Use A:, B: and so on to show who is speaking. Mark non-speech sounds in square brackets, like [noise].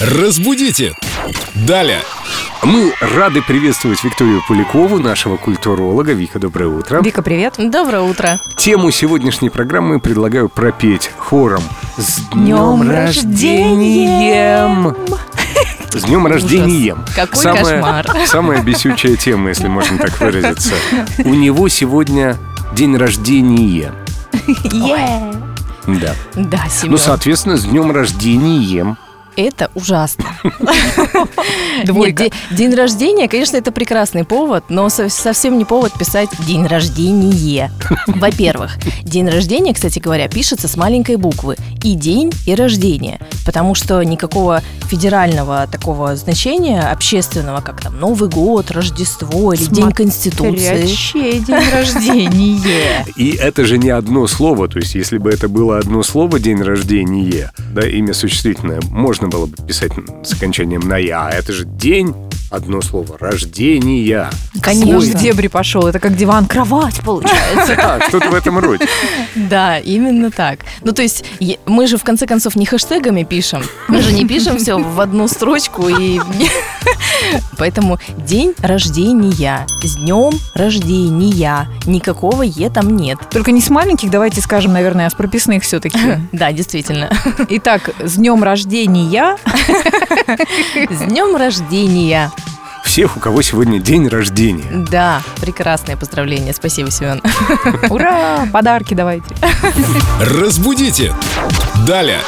A: Разбудите! Далее!
B: Мы рады приветствовать Викторию Полякову, нашего культуролога. Вика, доброе утро.
C: Вика, привет.
D: Доброе утро.
B: Тему сегодняшней программы предлагаю пропеть хором. С днем
D: Днем
B: рождением!
D: рождением!
B: С днем рождением!
D: Какой кошмар.
B: Самая бесючая тема, если можно так выразиться. У него сегодня день рождения. [laughs] Да.
D: Да, Семен,
B: Ну, соответственно, с днем рождением.
D: это ужасно.
C: Двойка.
D: Нет, де- день рождения, конечно, это прекрасный повод, но со- совсем не повод писать «день рождения». Во-первых, день рождения, кстати говоря, пишется с маленькой буквы. И день, и рождение. Потому что никакого федерального такого значения, общественного, как там Новый год, Рождество или День
C: Смотря
D: Конституции.
C: Горячее день рождения.
B: И это же не одно слово, то есть если бы это было одно слово «день рождения», да, имя существительное, можно было бы писать с окончанием на «я», а это же «день», одно слово
D: [laughs]
B: «рождения».
D: Конечно.
C: Ой, в дебри пошел. Это как диван-кровать получается.
B: Да, А, что-то в этом роде.
D: Да, именно так. Ну, то есть, е- мы же в конце концов не хэштегами пишем. Мы же не пишем все в одну строчку и. [laughs] Поэтому день рождения. С днем рождения. Никакого Е там нет.
C: [laughs] Только не с маленьких, давайте скажем, наверное, а с прописных все-таки. [laughs]
D: Да, действительно. [laughs]
C: Итак, с днем рождения.
D: С днем рождения.
B: Всех, у кого сегодня день рождения.
D: Да, прекрасное поздравление. Спасибо, Семен.
C: Ура! Подарки давайте.
A: Разбудите! Далее!